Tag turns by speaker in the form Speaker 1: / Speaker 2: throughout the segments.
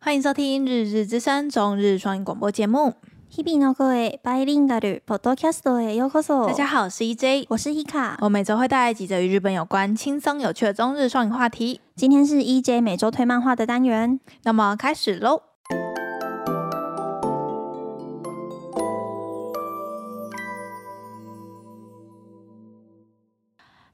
Speaker 1: 欢迎收听《日日之声》中日双语广播节目。
Speaker 2: 日々の声バイリンガルポッドキャストへようこそ。
Speaker 1: 大家，好，我是 EJ，
Speaker 2: 我是 Hika，
Speaker 1: 我每周会带来几则与日本有关、轻松有趣的中日双语话题。
Speaker 2: 今天是 E EJ 每周推漫画的单元。
Speaker 1: 那么开始喽！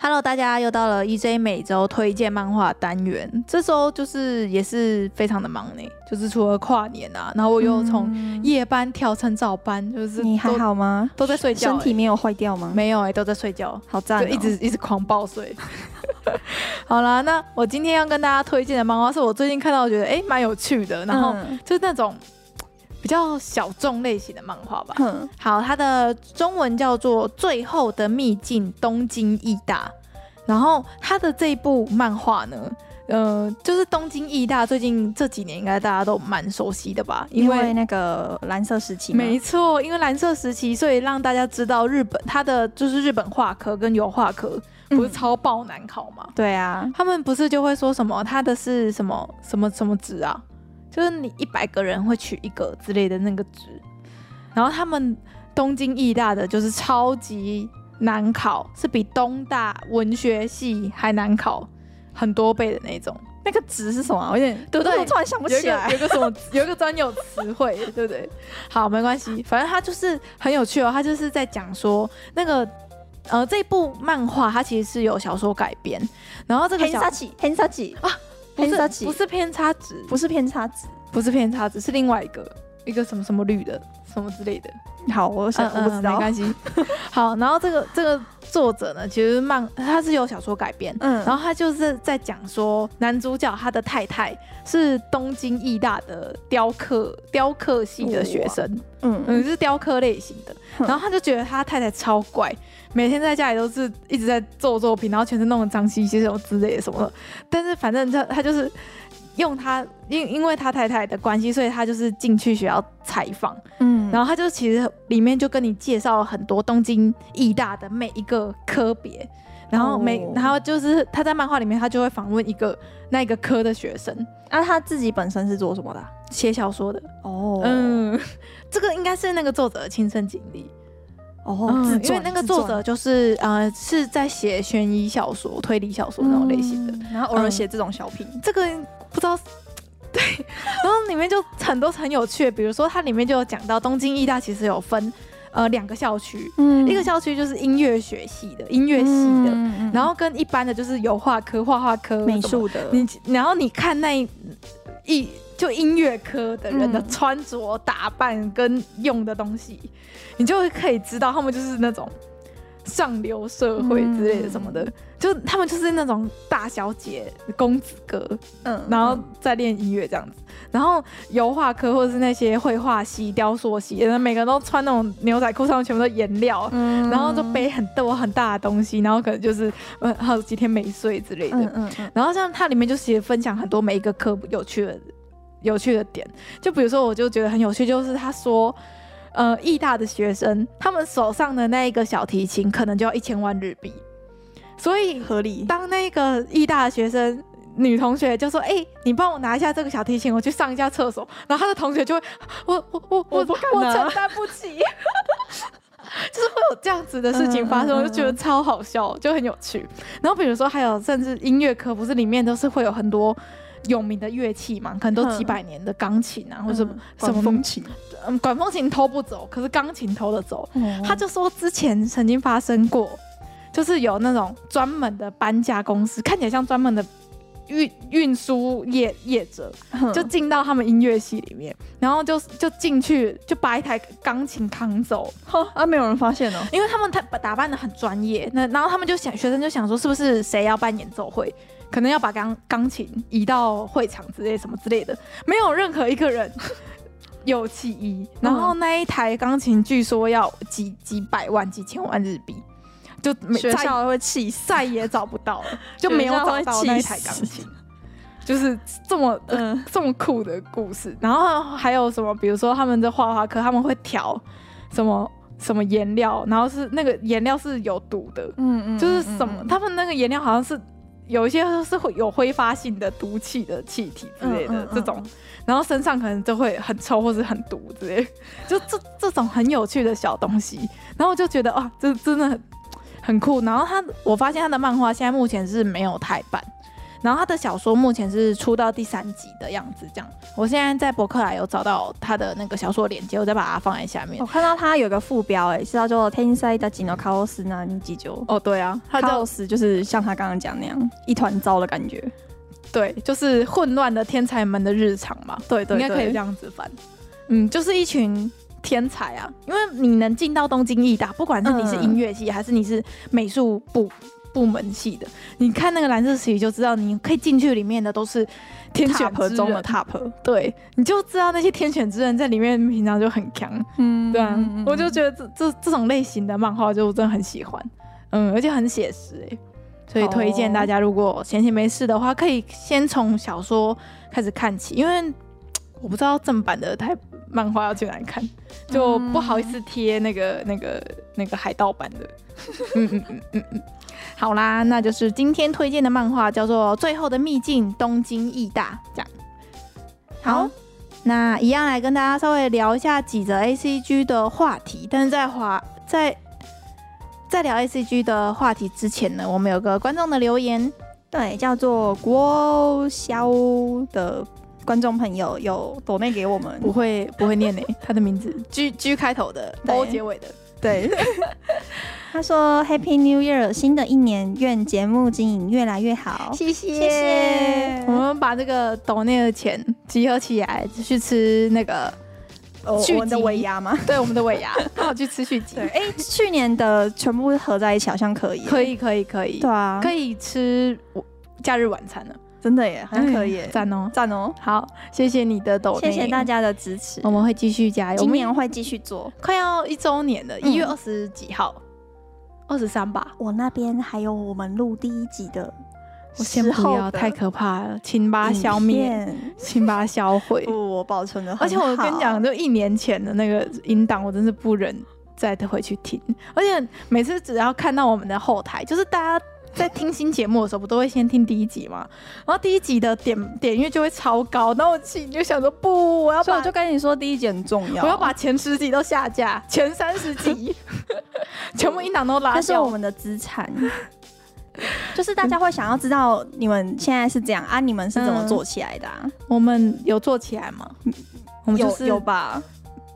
Speaker 1: Hello，大家又到了 EJ 每周推荐漫画单元，这周就是也是非常的忙呢，就是除了跨年啊，然后我又从
Speaker 2: 嗯
Speaker 1: 夜班调成早班，就是
Speaker 2: 你还
Speaker 1: 都
Speaker 2: 好吗？
Speaker 1: 都在睡觉、
Speaker 2: 身体欸没有坏掉吗？
Speaker 1: 没有哎、都在睡觉。
Speaker 2: 好赞、
Speaker 1: 就
Speaker 2: 哦，
Speaker 1: 一直一直狂暴睡。 好啦，那我今天要跟大家推荐的漫画是我最近看到觉得哎蛮、有趣的，然后
Speaker 2: 嗯
Speaker 1: 就是那种比较小众类型的漫画吧。
Speaker 2: 哼
Speaker 1: 好，它的中文叫做《最后的秘境：东京艺大》，然后它的这一部漫画呢。呃，就是东京艺大最近这几年应该大家都蛮熟悉的吧，
Speaker 2: 因为那个蓝色时期吗
Speaker 1: 没错，因为蓝色时期，所以让大家知道日本它的就是日本画科跟油画科不是
Speaker 2: 嗯
Speaker 1: 超爆难考吗？
Speaker 2: 对啊，
Speaker 1: 他们不是就会说什么它的是什么什么什么值啊？就是你一百个人会取一个之类的那个值。然后他们东京艺大的就是超级难考，是比东大文学系还难考很多倍的那种。
Speaker 2: 那个值是什么啊？我有点
Speaker 1: 对不对
Speaker 2: 我怎么突然想不
Speaker 1: 有一
Speaker 2: 起
Speaker 1: 个
Speaker 2: 来
Speaker 1: 有。一个什么 有一个专有词汇，对不对？好，没关系，反正它就是很有趣哦。它就是在讲说那个呃这部漫画它其实是有小说改编，然后这个
Speaker 2: 偏
Speaker 1: 小
Speaker 2: 差起，偏差起
Speaker 1: 啊，不
Speaker 2: 偏差
Speaker 1: 是
Speaker 2: 起
Speaker 1: 不是偏差值，
Speaker 2: 不是偏差值。
Speaker 1: 不是偏差值，是另外一个一个什么什么绿的什么之类的。嗯
Speaker 2: 好，我想、我不知
Speaker 1: 没
Speaker 2: 道。
Speaker 1: 关系。 好，然后这个这个作者呢，其实漫他是有小说改编，
Speaker 2: 嗯
Speaker 1: 然后他就是在讲说，男主角他的太太是东京艺大的雕刻雕刻系的学生，
Speaker 2: 嗯
Speaker 1: 嗯，是雕刻类型的。
Speaker 2: 嗯
Speaker 1: 然后他就觉得他太太超怪，每天在家里都是一直在做作品，然后全身弄得脏兮兮什么之类的什么的。但是反正他他就是用他因因为他太太的关系，所以他就是进去学校采访。
Speaker 2: 嗯
Speaker 1: 然后他就其实里面就跟你介绍了很多东京艺大的每一个科别，然后每、
Speaker 2: 哦
Speaker 1: 然后就是他在漫画里面他就会访问一个那一个科的学生
Speaker 2: 那、他自己本身是做什么的啊、
Speaker 1: 写小说的，
Speaker 2: 哦
Speaker 1: 嗯， 这个应该是那个作者的亲身经历，
Speaker 2: 哦，
Speaker 1: 嗯
Speaker 2: 自
Speaker 1: 因为
Speaker 2: 传
Speaker 1: 那个
Speaker 2: 自
Speaker 1: 作
Speaker 2: 传
Speaker 1: 者就是呃是在写悬疑小说、推理小说那种类型的，嗯
Speaker 2: 嗯然后偶尔写这种小品。
Speaker 1: 这个不知道。 对，然后里面就很多很有趣的，比如说它里面就有讲到东京艺大其实有分呃两个校区，
Speaker 2: 嗯
Speaker 1: 一个校区就是音乐学系的，音乐系的，
Speaker 2: 嗯
Speaker 1: 然后跟一般的就是油画科、画画科、
Speaker 2: 美术的
Speaker 1: 什么，你然后你看那一一就音乐科的人的
Speaker 2: 嗯
Speaker 1: 穿着打扮跟用的东西，你就会可以知道他们就是那种上流社会之类的什么的，
Speaker 2: 嗯
Speaker 1: 就他们就是那种大小姐、公子哥，
Speaker 2: 嗯
Speaker 1: 然后再练音乐这样子。然后油画科或者是那些绘画系、雕塑系，然后每个人都穿那种牛仔裤，上面全部都颜料，
Speaker 2: 嗯
Speaker 1: 然后就背很多很大的东西，然后可能就是呃好几天没睡之类的。
Speaker 2: 嗯嗯嗯
Speaker 1: 然后像它里面就其实分享很多每一个科有趣的有趣的点，就比如说我就觉得很有趣，就是他说。呃，艺大的学生，他们手上的那一个小提琴可能就要一千万日币，所以
Speaker 2: 合理
Speaker 1: 当那个艺大的学生女同学就说：“哎、你帮我拿一下这个小提琴，我去上一下厕所。”然后她的同学就会：“我 我我
Speaker 2: 我不敢
Speaker 1: 我
Speaker 2: 拿
Speaker 1: 承担不起。” 就是会有这样子的事情发生，
Speaker 2: 嗯嗯嗯
Speaker 1: 我就觉得超好笑，就很有趣。然后比如说还有，甚至音乐课不是里面都是会有很多有名的乐器嘛，可能都几
Speaker 2: 嗯
Speaker 1: 百年的钢琴啊，或者什么什么
Speaker 2: 风情，
Speaker 1: 嗯，管风琴偷不走，可是钢琴偷得走。他
Speaker 2: 他
Speaker 1: 就说之前曾经发生过，就是有那种专门的搬家公司，看起来像专门的运运输业业者，
Speaker 2: 嗯
Speaker 1: 就进到他们音乐系里面，然后就就进去就把一台钢琴扛走，
Speaker 2: 啊没有人发现哦，
Speaker 1: 因为他们他打扮的很专业，那然后他们就想学生就想说是不是谁要办演奏会，可能要把钢钢琴移到会场之类什么之类的，没有任何一个人有其一。然后那一台钢琴据说要几 几百万几千万日币，就没
Speaker 2: 学
Speaker 1: 再
Speaker 2: 校会气死，
Speaker 1: 再也找不到了，就没有找到那一台钢琴，就是这么。呃
Speaker 2: 嗯
Speaker 1: 这么酷的故事，然后还有什么？比如说他们在画画课，他们会调什么什么颜料，然后是那个颜料是有毒的，
Speaker 2: 嗯嗯
Speaker 1: 就是什么，他们那个颜料好像是有一些是会有挥发性的毒气的气体之类的、
Speaker 2: 嗯嗯嗯
Speaker 1: 这种，然后身上可能就会很臭或是很毒之类 的，就这这种很有趣的小东西，然后我就觉得啊，这真的很很酷。然后他，我发现他的漫画现在目前是没有台版，然后他的小说目前是出到第三集的样子，这样。我现在在博客来有找到他的那个小说链接，我再把它放在下面
Speaker 2: 我。看到它有个副标、哎，是叫做“天才的吉诺卡オ斯那日久”。
Speaker 1: 哦，对啊，他
Speaker 2: 卡
Speaker 1: 叫
Speaker 2: オ斯就是像他刚刚讲那样，一团糟的感 觉。
Speaker 1: 对，就是混乱的天才们的日常嘛，
Speaker 2: 对对对，啊
Speaker 1: 应该可以这样子翻。嗯，就是一群天才啊，因为你能进到东京艺大，不管是你是音乐系、还是你是美术部部门系的，你看那个蓝色时期就知道，你可以进去里面的都是天选
Speaker 2: top
Speaker 1: 之
Speaker 2: 中
Speaker 1: 人
Speaker 2: 的 top。
Speaker 1: 对，你就知道那些天选之人在里面平常就很强。
Speaker 2: 嗯
Speaker 1: 对啊，我就觉得这这这种类型的漫画就我真的很喜欢，嗯，而且很写实哎、所以
Speaker 2: 好哦
Speaker 1: 推荐大家如果闲闲没事的话，可以先从小说开始看起，因为嘖我不知道正版的台漫画要去哪里看，就不好意思贴那个那个那个海盗版的。 嗯嗯嗯嗯嗯，好啦，那就是今天推荐的漫画叫做《最后的秘境：东京艺大》这样。好，
Speaker 2: 好
Speaker 1: 那一样来跟大家稍微聊一下几则 A C G 的话题，但是在华在在聊 A C G 的话题之前呢，我们有个观众的留言，
Speaker 2: 对，叫做郭潇的观众朋友有抖内给我们，
Speaker 1: 不会不会念呢、 他的名字 G G 开头的
Speaker 2: 对
Speaker 1: ，O 结尾的，
Speaker 2: 对，他说 Happy New Year，新的一年愿节目经营越来越好。
Speaker 1: 谢哦谢
Speaker 2: 谢谢
Speaker 1: 我们把这个抖内的钱集合起来，去吃那个
Speaker 2: 哦
Speaker 1: 续
Speaker 2: 我们的
Speaker 1: 集
Speaker 2: 尾牙 吗？
Speaker 1: 对我们的尾牙，刚好去吃续集，
Speaker 2: 哎、去年的全部合在一起好像可以，
Speaker 1: 可
Speaker 2: 以，
Speaker 1: 以可以可以
Speaker 2: 对，啊，
Speaker 1: 可
Speaker 2: 以，
Speaker 1: 以吃我假日晚餐了，
Speaker 2: 真的耶，好像可以
Speaker 1: 哎
Speaker 2: 耶，
Speaker 1: 赞哦。
Speaker 2: 赞哦，
Speaker 1: 好，谢谢你的抖内，
Speaker 2: 谢谢大家的支持
Speaker 1: 我，们会继续加油。
Speaker 2: 今年
Speaker 1: 我们
Speaker 2: 会继续做。
Speaker 1: 快要一周年了，
Speaker 2: 嗯
Speaker 1: 一月二十几号，二十三吧。
Speaker 2: 我那边还有我们录第一集的
Speaker 1: 我先不要，太可怕了，请把它消灭，，请把它销 毁
Speaker 2: 不，。我保存的，
Speaker 1: 而且我跟你讲，，就一年前的那个音档，我真是不忍再回去听。而且每次只要看到我们的后台，就是大家。在听新节目的时候，不都会先听第一集嘛？然后第一集的点点阅就会超高，然后我心里就想说，不，我要
Speaker 2: 所以
Speaker 1: 把
Speaker 2: 我就跟你说，第一集很重要，
Speaker 1: 我要把前十集都下架，前三十 集全部音档都拉
Speaker 2: 这是
Speaker 1: 掉
Speaker 2: 我。们的资产。就是大家会想要知道你们现在是这样啊，你们是怎
Speaker 1: 嗯
Speaker 2: 么做起来的、啊？
Speaker 1: 我们有做起来吗？我们就
Speaker 2: 有
Speaker 1: 是
Speaker 2: 有吧，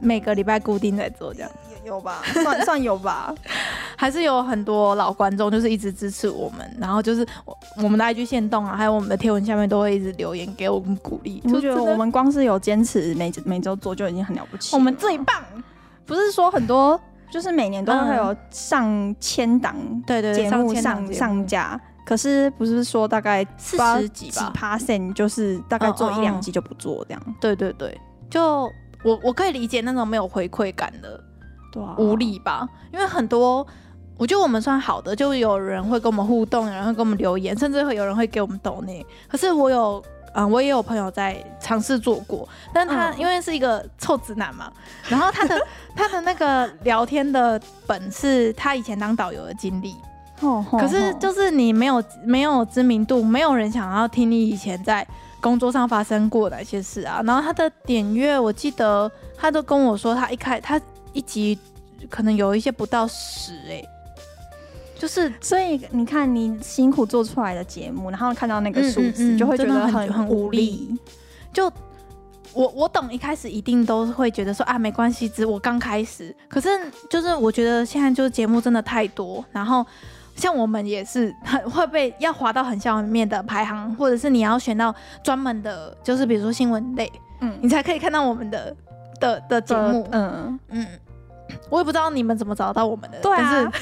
Speaker 1: 每个礼拜固定在做这样，
Speaker 2: 有吧，算算有 吧。
Speaker 1: 还是有很多老观众就是一直支持我们，然后就是我我们的 IG 线动啊，还有我们的贴文下面都会一直留言给我们鼓励，
Speaker 2: 你不
Speaker 1: 就
Speaker 2: 觉得
Speaker 1: 真的
Speaker 2: 我们光是有坚持每每周做就已经很了不起了
Speaker 1: 我
Speaker 2: 吗？
Speaker 1: 们最棒？
Speaker 2: 不是说很多，就是每年都会有上千档
Speaker 1: 嗯对对对，
Speaker 2: 节目
Speaker 1: 千档
Speaker 2: 上
Speaker 1: 节目
Speaker 2: 上架，可是不是说大概
Speaker 1: 四
Speaker 2: 八
Speaker 1: 十集
Speaker 2: 几
Speaker 1: 吧，嗯
Speaker 2: percent 就是大概做一两集就不做这样，
Speaker 1: 对对对，就我我可以理解那种没有回馈感的
Speaker 2: 对啊
Speaker 1: 无力吧，因为很多。我觉得我们算好的，就有人会跟我们互动，有人会跟我们留言，甚至会有人会给我们抖内。可是我有，嗯、我也有朋友在尝试做过，但他、
Speaker 2: 嗯
Speaker 1: 因为是一个臭直男嘛，然后他的 他的那个聊天的本是他以前当导游的经历，
Speaker 2: 吼。吼
Speaker 1: 可是
Speaker 2: 吼
Speaker 1: 就是你没有没有知名度，没有人想要听你以前在工作上发生过哪些事啊。然后他的点阅，我记得他都跟我说，他一开他一集可能有一些不到十哎、就是
Speaker 2: 所以你看，你辛苦做出来的节目，然后看到那个数
Speaker 1: 嗯嗯
Speaker 2: 字，
Speaker 1: 嗯
Speaker 2: 就会觉
Speaker 1: 真的
Speaker 2: 得
Speaker 1: 很很
Speaker 2: 很
Speaker 1: 无
Speaker 2: 无
Speaker 1: 力
Speaker 2: 力。
Speaker 1: 就我我懂，一开始一定都会觉得说啊没关系，只我刚开始。可是就是我觉得现在就是节目真的太多，然后像我们也是很会被要滑到很下面的排行，或者是你要选到专门的，就是比如说新闻类，你
Speaker 2: 嗯，
Speaker 1: 才可以看到我们的的的节目。
Speaker 2: 嗯，
Speaker 1: 嗯，我也不知道你们怎么找到我们的，
Speaker 2: 对
Speaker 1: 但是
Speaker 2: 啊，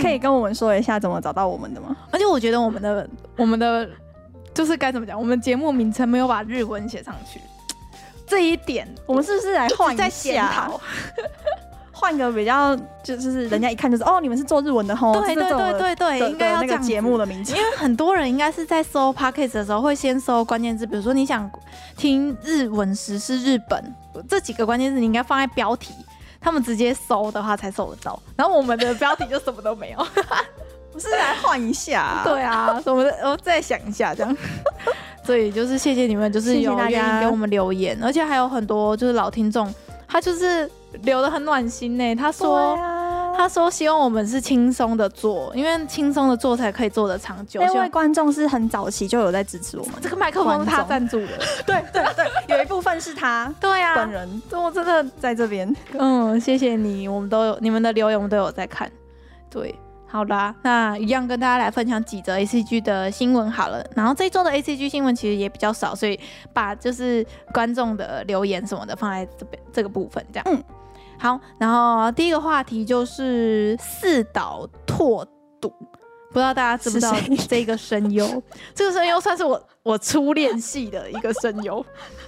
Speaker 2: 可以跟我们说一下怎么找到我们的 吗？
Speaker 1: 而且我觉得我们的我们的就是该怎么讲，我们节目名称没有把日文写上去，这一点
Speaker 2: 我们是不是来换
Speaker 1: 在
Speaker 2: 一
Speaker 1: 检
Speaker 2: 下哦
Speaker 1: 讨？，
Speaker 2: 换个比较，就就是人家一看就是哦，你们是做日文的吼，
Speaker 1: 对
Speaker 2: 是
Speaker 1: 对
Speaker 2: 这种
Speaker 1: 对对
Speaker 2: 的
Speaker 1: 对，应该要
Speaker 2: 的
Speaker 1: 这样
Speaker 2: 那个
Speaker 1: 子
Speaker 2: 节目的名
Speaker 1: 因
Speaker 2: 称。
Speaker 1: 为很多人应该是在搜 podcast 的时候会先搜关键字，比如说你想听日文时事日本这几个关键字，你应该放在标题，他们直接搜的话才搜得到。然后我们的标题就什么都没有，
Speaker 2: 不是来换一下、
Speaker 1: 对啊，我们我再想一下这样。 所以就是谢谢你们，就是有
Speaker 2: 谢谢大
Speaker 1: 愿
Speaker 2: 家
Speaker 1: 意给我们留言，而且还有很多就是老听众，他就是留的很暖心呢、他说、
Speaker 2: 对啊，
Speaker 1: 他说希望我们是轻松的做，因为轻松的做才可以做得长久。
Speaker 2: 那
Speaker 1: 希
Speaker 2: 位
Speaker 1: 望
Speaker 2: 观众是很早期就有在 支持我们，
Speaker 1: 这个麦克风是他
Speaker 2: 观众
Speaker 1: 赞助 的，
Speaker 2: 对对对，有一部分是 他
Speaker 1: 对啊，
Speaker 2: 本人
Speaker 1: 这我真的，
Speaker 2: 哦在这边。
Speaker 1: 嗯，谢谢你，我们都有你们的留言，我们都有在看。对，好啦，那一样跟大家来分享几则 A C G 的新闻好了。然后这一周的 A C G 新闻其实也比较少，所以把就是观众的留言什么的放在这边这个部分这样。
Speaker 2: 嗯，
Speaker 1: 好，然后第一个话题就是四岛拓笃。不知道大家知不知道
Speaker 2: 是谁
Speaker 1: 这个声优，这个声优算是我我初恋系的一个声优，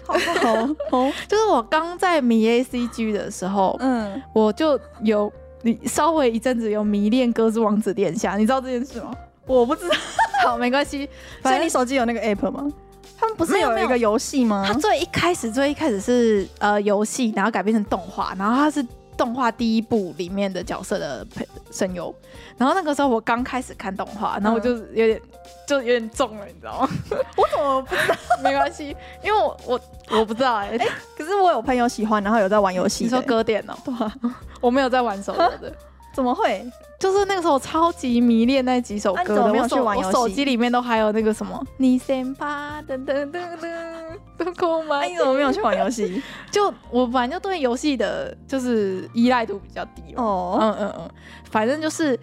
Speaker 2: 好好好，
Speaker 1: 就是我刚在迷 A C G 的时候，
Speaker 2: 嗯，
Speaker 1: 我就有你稍微一阵子有迷恋《歌之王子殿下》，你知道这件事吗？我不知道， 好，没关系。
Speaker 2: 所以
Speaker 1: 反
Speaker 2: 你
Speaker 1: 正
Speaker 2: 手机有那个 app 吗？他们不是
Speaker 1: 没有
Speaker 2: 有一
Speaker 1: 没有
Speaker 2: 个游戏吗
Speaker 1: 它？最一开始最一开始是呃游戏，然后改编成动画，然后它是动画第一部里面的角色的配声优。然后那个时候我刚开始看动画，然后我就有点、就有点中了，你知道吗？
Speaker 2: 我怎么不知道？
Speaker 1: 没关系，因为我我我不知道哎、
Speaker 2: 可是我有朋友喜欢，然后有在玩游戏
Speaker 1: 你
Speaker 2: 的。
Speaker 1: 说歌点哦、 我没有在玩手游的。
Speaker 2: 怎么会？
Speaker 1: 就是那个时候我超级迷恋那几首
Speaker 2: 啊你
Speaker 1: 歌
Speaker 2: 怎
Speaker 1: 的，
Speaker 2: 么没有
Speaker 1: 我手
Speaker 2: 去玩游戏
Speaker 1: 我手机里面都还有那个什么“你先吧”噔噔噔噔都哭吗？
Speaker 2: 哎、你怎么没有去玩游戏？
Speaker 1: 就我反正就对游戏的就是依赖度比较低哦。
Speaker 2: 哦，
Speaker 1: 嗯嗯嗯，反正就是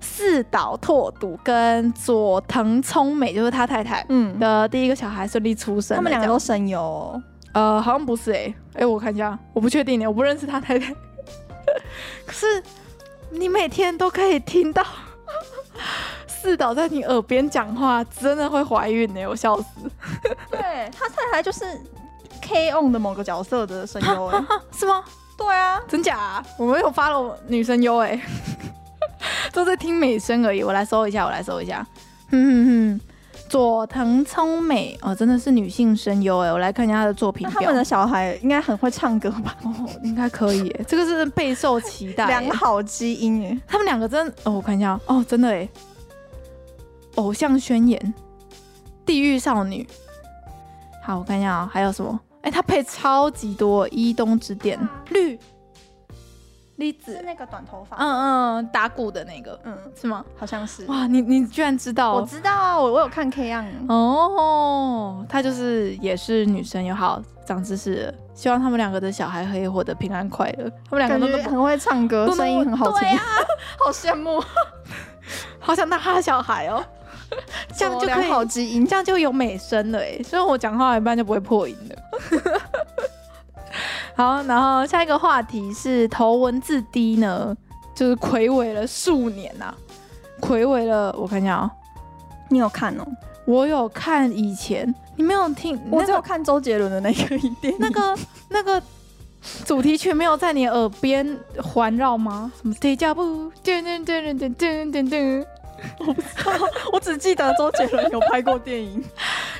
Speaker 1: 四岛拓笃跟佐藤聪美，就是他太太
Speaker 2: 嗯，
Speaker 1: 的第一个小孩顺利出生了。
Speaker 2: 他们两个
Speaker 1: 这样
Speaker 2: 都声优哦、
Speaker 1: 呃，好像不是哎、欸、哎、我看一下，我不确定哎、我不认识他太 太。可是你每天都可以听到四岛在你耳边讲话，真的会怀孕哎、我笑死。
Speaker 2: 对他太太就是 K on 的某个角色的声 优、哎
Speaker 1: 是吗？
Speaker 2: 对啊，
Speaker 1: 真假、啊？我没有 follow 女生优哎、 都在听美声而已。我来搜一下，我来搜一下。嗯哼哼，佐藤聪美哦，真的是女性声优哎，我来看一下她的作品
Speaker 2: 那
Speaker 1: 表。
Speaker 2: 他们的小孩应该很会唱歌 吧？
Speaker 1: 哦，应该可以、欸，这个是备受期待、欸。
Speaker 2: 良好基因哎、
Speaker 1: 他们两个真哦，我看一下哦，真的哎，《偶像宣言》《地狱少女》。好，我看一下啊、还有什么？哎，他配超级多，《伊东之恋》绿栗
Speaker 2: 是
Speaker 1: 子，
Speaker 2: 那个短头发，嗯
Speaker 1: 嗯嗯，打鼓的那个
Speaker 2: 嗯，
Speaker 1: 是吗？
Speaker 2: 好像是。
Speaker 1: 哇，你你居然知道
Speaker 2: 我
Speaker 1: 哦？
Speaker 2: 知道啊，我我有看 K on，、
Speaker 1: 哦，她就是也是女生，有好长知识了。希望他们两个的小孩可以活得平安快乐。他们两个
Speaker 2: 感
Speaker 1: 都
Speaker 2: 觉
Speaker 1: 都不
Speaker 2: 很会唱歌，
Speaker 1: 都
Speaker 2: 哦声音很好听，
Speaker 1: 对 啊
Speaker 2: 好羡慕，
Speaker 1: 好想当他的小孩哦，这样就可以
Speaker 2: 良好基因。
Speaker 1: 这样就有美声了哎，所以我讲话一般就不会破音了。 好，然后下一个话题是头文字 D 呢，就是暌违了数年呐、啊，暌违了，我看一下啊、
Speaker 2: 你有看哦、
Speaker 1: 我有看以前，你没有听
Speaker 2: 我
Speaker 1: 那
Speaker 2: 只有
Speaker 1: 个
Speaker 2: 看周杰伦的那个一点，
Speaker 1: 那个那个主题曲没有在你耳边环绕吗？什么 Deja Vu，噔噔噔噔噔噔噔噔，
Speaker 2: 我只记得周杰伦有拍过电 影。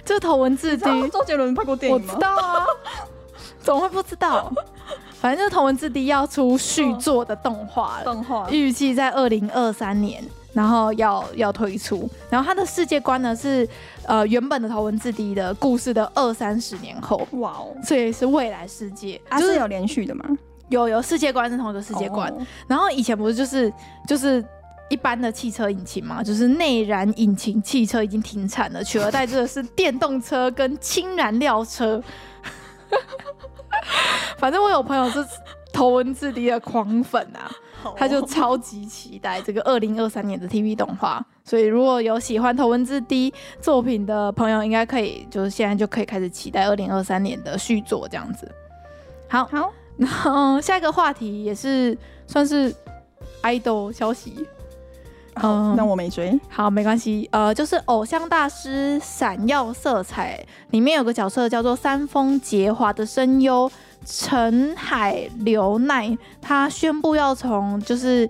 Speaker 1: 这头文字
Speaker 2: 你
Speaker 1: D
Speaker 2: 知道周杰伦拍过电
Speaker 1: 我
Speaker 2: 影
Speaker 1: 知
Speaker 2: 吗？
Speaker 1: 道啊，怎么会不知道？反正就是同文字 D 要出续作的动画了，
Speaker 2: 动画
Speaker 1: 预计在二零二三年，然后要要推出。然后它的世界观呢是呃原本的头文字 D 的故事的二三十年后。
Speaker 2: 哇哦，
Speaker 1: 所以是未来世界，
Speaker 2: 啊
Speaker 1: 就是
Speaker 2: 是有连续的吗？
Speaker 1: 有有世界观是同一个世界观。
Speaker 2: 哦
Speaker 1: 然后以前不是就是就是一般的汽车引擎嘛，就是内燃引擎汽车已经停产了，取而代之的是电动车跟氢燃料车。 反正我有朋友是头文字 D 的狂粉啊，
Speaker 2: 好哦
Speaker 1: 他就超级期待这个二零二三年的 TV 动画。所以如果有喜欢头文字 D 作品的朋友，应该可以就是现在就可以开始期待二零二三年的续作这样子。好，
Speaker 2: 好，
Speaker 1: 然后下一个话题也是算是 idol 消息，嗯
Speaker 2: 好那我没追。
Speaker 1: 好，没关系，呃，就是《偶像大师闪耀色彩》里面有个角色叫做三丰杰华的声优陈海流奈，他宣布要从就是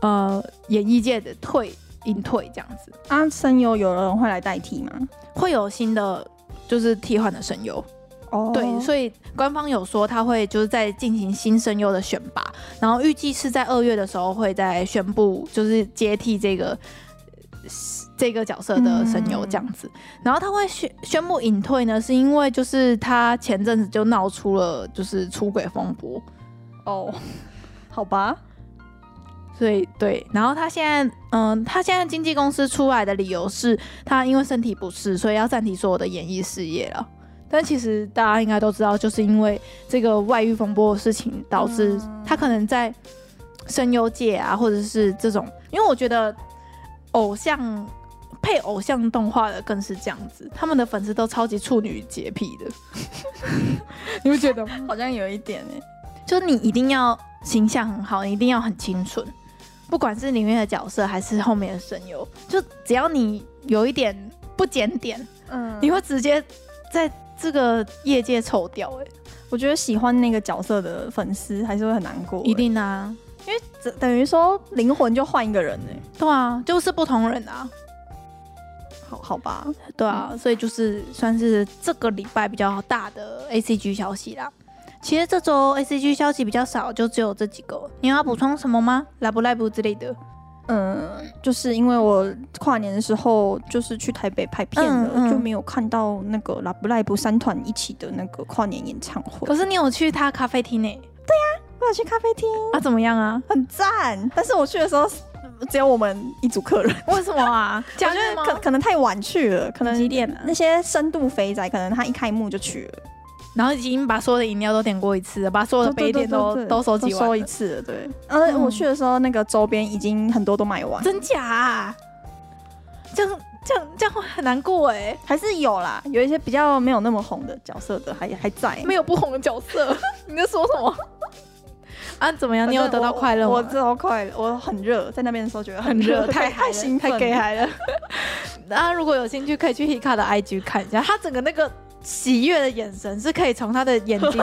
Speaker 1: 呃演艺界的退隐退这样子，
Speaker 2: 啊，声优有人会来代替吗？
Speaker 1: 会有新的就是替换的声优。
Speaker 2: 哦
Speaker 1: 对，所以官方有说他会就是在进行新声优的选拔，然后预计是在二月的时候会再宣布，就是接替这个这个角色的声优这样子。然后他会宣宣布隐退呢，是因为就是他前阵子就闹出了就是出轨风波，
Speaker 2: 哦，好吧，
Speaker 1: 所以对。然后他现在嗯、他现在经纪公司出来的理由是他因为身体不适，所以要暂停所有的演艺事业了。但其实大家应该都知道，就是因为这个外遇风波的事情，导致
Speaker 2: 嗯
Speaker 1: 他可能在声优界啊，或者是这种，因为我觉得偶像配偶像动画的更是这样子，他们的粉丝都超级处女洁癖的，你们觉得吗？
Speaker 2: 好像有一点哎，
Speaker 1: 就是你一定要形象很好，你一定要很清纯，不管是里面的角色还是后面的声优，就只要你有一点不检点，
Speaker 2: 嗯
Speaker 1: 你会直接在这个业界丑掉哎、
Speaker 2: 我觉得喜欢那个角色的粉丝还是会很难过欸，
Speaker 1: 一定啊，
Speaker 2: 这等于说灵魂就换一个人哎，
Speaker 1: 对啊，就是不同人啊，
Speaker 2: 好好吧，
Speaker 1: 对啊，所以就是算是这个礼拜比较大的 A C G 消息啦。其实这周 A C G 消息比较少，就只有这几个。你要补充什么吗？来不来不之类的？
Speaker 2: 嗯，就是因为我跨年的时候就是去台北拍片了，
Speaker 1: 嗯嗯
Speaker 2: 就没有看到那个拉布赖布三团一起的那个跨年演唱会
Speaker 1: 可。是你有去他咖啡厅呢、欸
Speaker 2: 我有去咖啡厅，
Speaker 1: 啊？怎么样啊？
Speaker 2: 很赞。但是我去的时候只有我们一组客人，
Speaker 1: 为什么啊？
Speaker 2: 我
Speaker 1: 讲
Speaker 2: 觉
Speaker 1: 觉
Speaker 2: 得
Speaker 1: 吗？
Speaker 2: 可可能太晚去了，可能
Speaker 1: 几点啊
Speaker 2: 那些深度肥仔，可能他一开幕就去了，
Speaker 1: 然后已经把所有的饮料都点过一次了，把所有的杯垫都
Speaker 2: 对对对
Speaker 1: 都收集
Speaker 2: 收
Speaker 1: 完
Speaker 2: 一
Speaker 1: 了，嗯
Speaker 2: 次了，对。而且我去的时候，那个周边已经很多都卖完，
Speaker 1: 真假、啊？这样这样这样会很难过哎、
Speaker 2: 还是有啦，有一些比较没有那么红的角色的还还在。
Speaker 1: 没有不红的角 色，你在说什么？啊，怎么样？你有得到快乐吗？
Speaker 2: 我我得到快乐，我很热，在那边的时候觉得
Speaker 1: 很热，太
Speaker 2: 太
Speaker 1: 嗨了
Speaker 2: 兴奋，
Speaker 1: 太给嗨了。啊，如果有兴趣，可以去 Hika 的 IG 看一下，他整个那个喜悦的眼神是可以从他的眼 睛，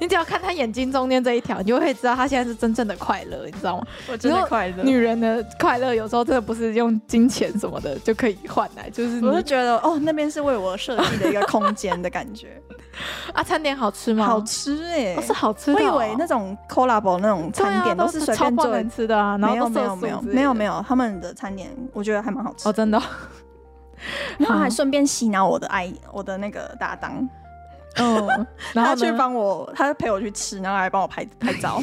Speaker 1: 你只要看他眼睛中间这一条，你就会知道他现在是真正的快乐，你知道吗？
Speaker 2: 我
Speaker 1: 真的
Speaker 2: 快乐
Speaker 1: 女人的快乐有时候真的不是用金钱什么的就可以换来，就是
Speaker 2: 我
Speaker 1: 你
Speaker 2: 是觉得哦，那边是为我设计的一个空间的感觉，
Speaker 1: 啊，餐点好吃 吗？
Speaker 2: 好吃哎、
Speaker 1: 哦，是好吃
Speaker 2: 我
Speaker 1: 的
Speaker 2: 以
Speaker 1: 哦、
Speaker 2: 为那种 collab 那种餐点
Speaker 1: 对啊
Speaker 2: 都
Speaker 1: 都
Speaker 2: 是随
Speaker 1: 超
Speaker 2: 便
Speaker 1: 爆
Speaker 2: 做
Speaker 1: 难，吃的啊，然
Speaker 2: 没
Speaker 1: 后
Speaker 2: 有
Speaker 1: 都
Speaker 2: 没有
Speaker 1: 色素
Speaker 2: 没有
Speaker 1: 之类的
Speaker 2: 没有没有，他们的餐点我觉得还蛮好吃
Speaker 1: 哦，，真的哦、 嗯
Speaker 2: 然后还
Speaker 1: 好
Speaker 2: 顺便洗脑我的爱我的那个搭档，
Speaker 1: 嗯，然后
Speaker 2: 他
Speaker 1: 呢
Speaker 2: 去帮我，他陪我去吃，然后还帮我拍拍照，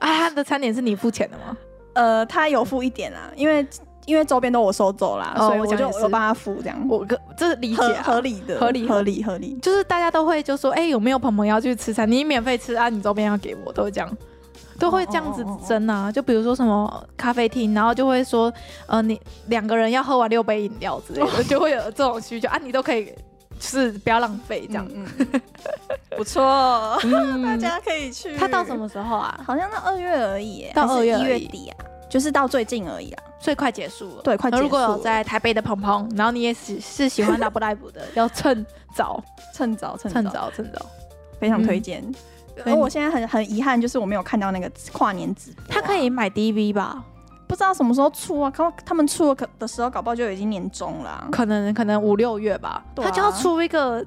Speaker 1: 啊，他的餐点是你付钱的吗？
Speaker 2: 呃，他有付一点啦，因为因为周边都我收走啦，
Speaker 1: 哦
Speaker 2: 所以
Speaker 1: 我
Speaker 2: 我
Speaker 1: 讲
Speaker 2: 就
Speaker 1: 也是
Speaker 2: 有帮他付这样，
Speaker 1: 我个这理解、
Speaker 2: 合
Speaker 1: 啊、
Speaker 2: 合理的，
Speaker 1: 合理
Speaker 2: 合理合理，
Speaker 1: 就是大家都会就说，哎、有没有朋友要去吃餐？你免费吃啊，你周边要给我，都会这样，都会这样子争啊。就比如说什么咖啡厅，然后就会说，呃，你两个人要喝完六杯饮料之类的，就会有这种需求啊，你都可以，就是不要浪费这
Speaker 2: 这
Speaker 1: 样
Speaker 2: 样。，嗯， 不错，
Speaker 1: 嗯，
Speaker 2: 大家可以去。
Speaker 1: 他到什？么时候啊？
Speaker 2: 好像到二月而已耶，
Speaker 1: 到
Speaker 2: 还是
Speaker 1: 2月而已
Speaker 2: 一月底啊，就是到最近而已啊。
Speaker 1: 所以快结束了。
Speaker 2: 对，快结
Speaker 1: 那
Speaker 2: 束了。
Speaker 1: 如果有在台北的鹏鹏，然后你也是是喜欢拉 布拉布的，要趁早，
Speaker 2: 趁早嗯趁
Speaker 1: 趁
Speaker 2: 早，
Speaker 1: 早，趁早。
Speaker 2: 非常推荐。
Speaker 1: 所以
Speaker 2: 而我现在很很遗憾，就是我没有看到那个跨年直播啊
Speaker 1: 他可以买 DV 吧？
Speaker 2: 不知道什么时候出啊？刚他们出了可的时候，搞不好就已经年终了啊。
Speaker 1: 可能可能五六月吧，
Speaker 2: 对啊
Speaker 1: 他就要出一个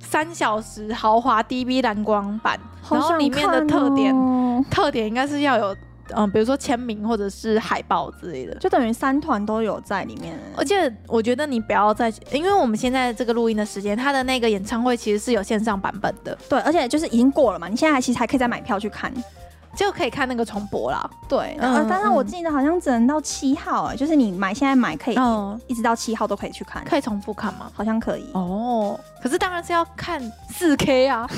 Speaker 1: 三小时豪华 DB 蓝光版，
Speaker 2: 好
Speaker 1: 然后
Speaker 2: 想
Speaker 1: 里面的特点、
Speaker 2: 看哦
Speaker 1: 特点应该是要有嗯，比如说签名或者是海报之类的。
Speaker 2: 就等于三团都有在里面。
Speaker 1: 而且我觉得你不要再，因为我们现在这个录音的时间，他的那个演唱会其实是有线上版本的，
Speaker 2: 对，而且就是已经过了嘛，你现在还其实还可以再买票去看。
Speaker 1: 就可以看那个重播啦。
Speaker 2: 对，
Speaker 1: 嗯
Speaker 2: 呃但是我
Speaker 1: 嗯
Speaker 2: 记得好像只能到七号、哎，就是你买现在买可以
Speaker 1: 嗯，
Speaker 2: 一直到七号都可以去看，
Speaker 1: 可以重复看吗？
Speaker 2: 好像可以。
Speaker 1: 哦，可是当然是要看四 K 啊，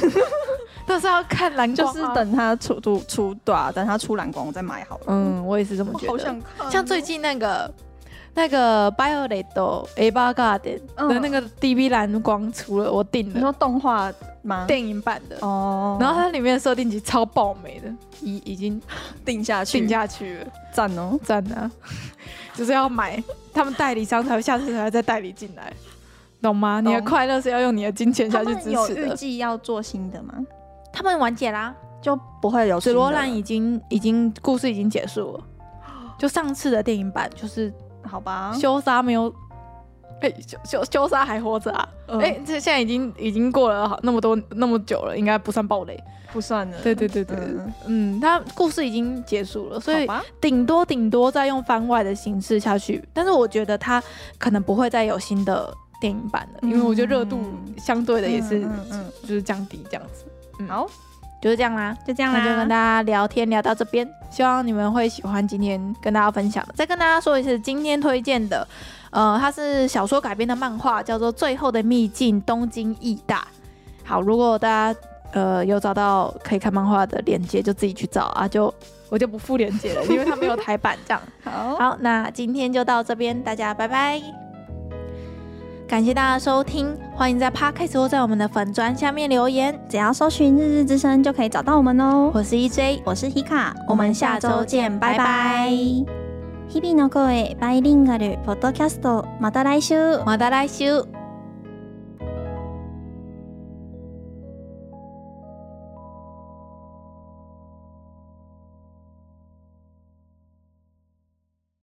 Speaker 1: 但是要看蓝光、
Speaker 2: 就
Speaker 1: 啊，
Speaker 2: 是。等它出出出对啊，等它出蓝光我再买好了。
Speaker 1: 嗯，我也是这么
Speaker 2: 我
Speaker 1: 觉得。
Speaker 2: 好想看哦，
Speaker 1: 像最近那个那个 Violet Eva Garden
Speaker 2: 嗯
Speaker 1: 的那个 DV 蓝光出了，我订
Speaker 2: 你
Speaker 1: 了
Speaker 2: 说动画吗？
Speaker 1: 电影版的，
Speaker 2: 哦，
Speaker 1: 然后它里面的设定集超爆美的，已已经
Speaker 2: 定下去，
Speaker 1: 定下去了，
Speaker 2: 赞哦，
Speaker 1: 赞啊！ 就是要买，他们代理商才会下次才会再代理进来，懂吗？
Speaker 2: 懂
Speaker 1: 你的快乐是要用你的金钱下去支持的。
Speaker 2: 计要做新的吗？
Speaker 1: 他们完结啦，
Speaker 2: 就不会有
Speaker 1: 紫
Speaker 2: 新的
Speaker 1: 罗
Speaker 2: 了
Speaker 1: 兰已经已经故事已经结束了，就上次的电影版就是
Speaker 2: 啊好吧？
Speaker 1: 修莎没有哎、修修修莎还活着啊？哎、
Speaker 2: 嗯
Speaker 1: 这现在已经已经过了好那么多那么久了，应该不算暴雷。
Speaker 2: 不算了。
Speaker 1: 对对对对，
Speaker 2: 嗯
Speaker 1: 嗯，他故事已经结束了，所以
Speaker 2: 好吧
Speaker 1: 顶多顶多再用番外的形式下去，但是我觉得它可能不会再有新的电影版了，因为我觉得热度相对的也是、
Speaker 2: 嗯嗯
Speaker 1: 就是降低这样子，
Speaker 2: 嗯好，
Speaker 1: 就是这样啦。
Speaker 2: 就这样啦。
Speaker 1: 那就跟大家聊天聊到这边，希望你们会喜欢今天跟大家分享的。再跟大家说一次，今天推荐的，呃，它是小说改编的漫画，叫做《最后的秘境：东京艺大》。好，如果大家呃有找到可以看漫画的链接，就自己去找啊，就我就不附链接了，因为它没有台版这样。
Speaker 2: 好，
Speaker 1: 好，那今天就到这边，大家拜拜。感谢大家收听，欢迎在 Podcast 或在我们的粉砖下面留言。
Speaker 2: 只要搜寻“日日之声”就可以找到我们哦。
Speaker 1: 我是 E EJ，
Speaker 2: 我是 Hika，
Speaker 1: 我们下周见拜拜
Speaker 2: 日々の声バイリンガルポッドキャストまた来週。
Speaker 1: また来週。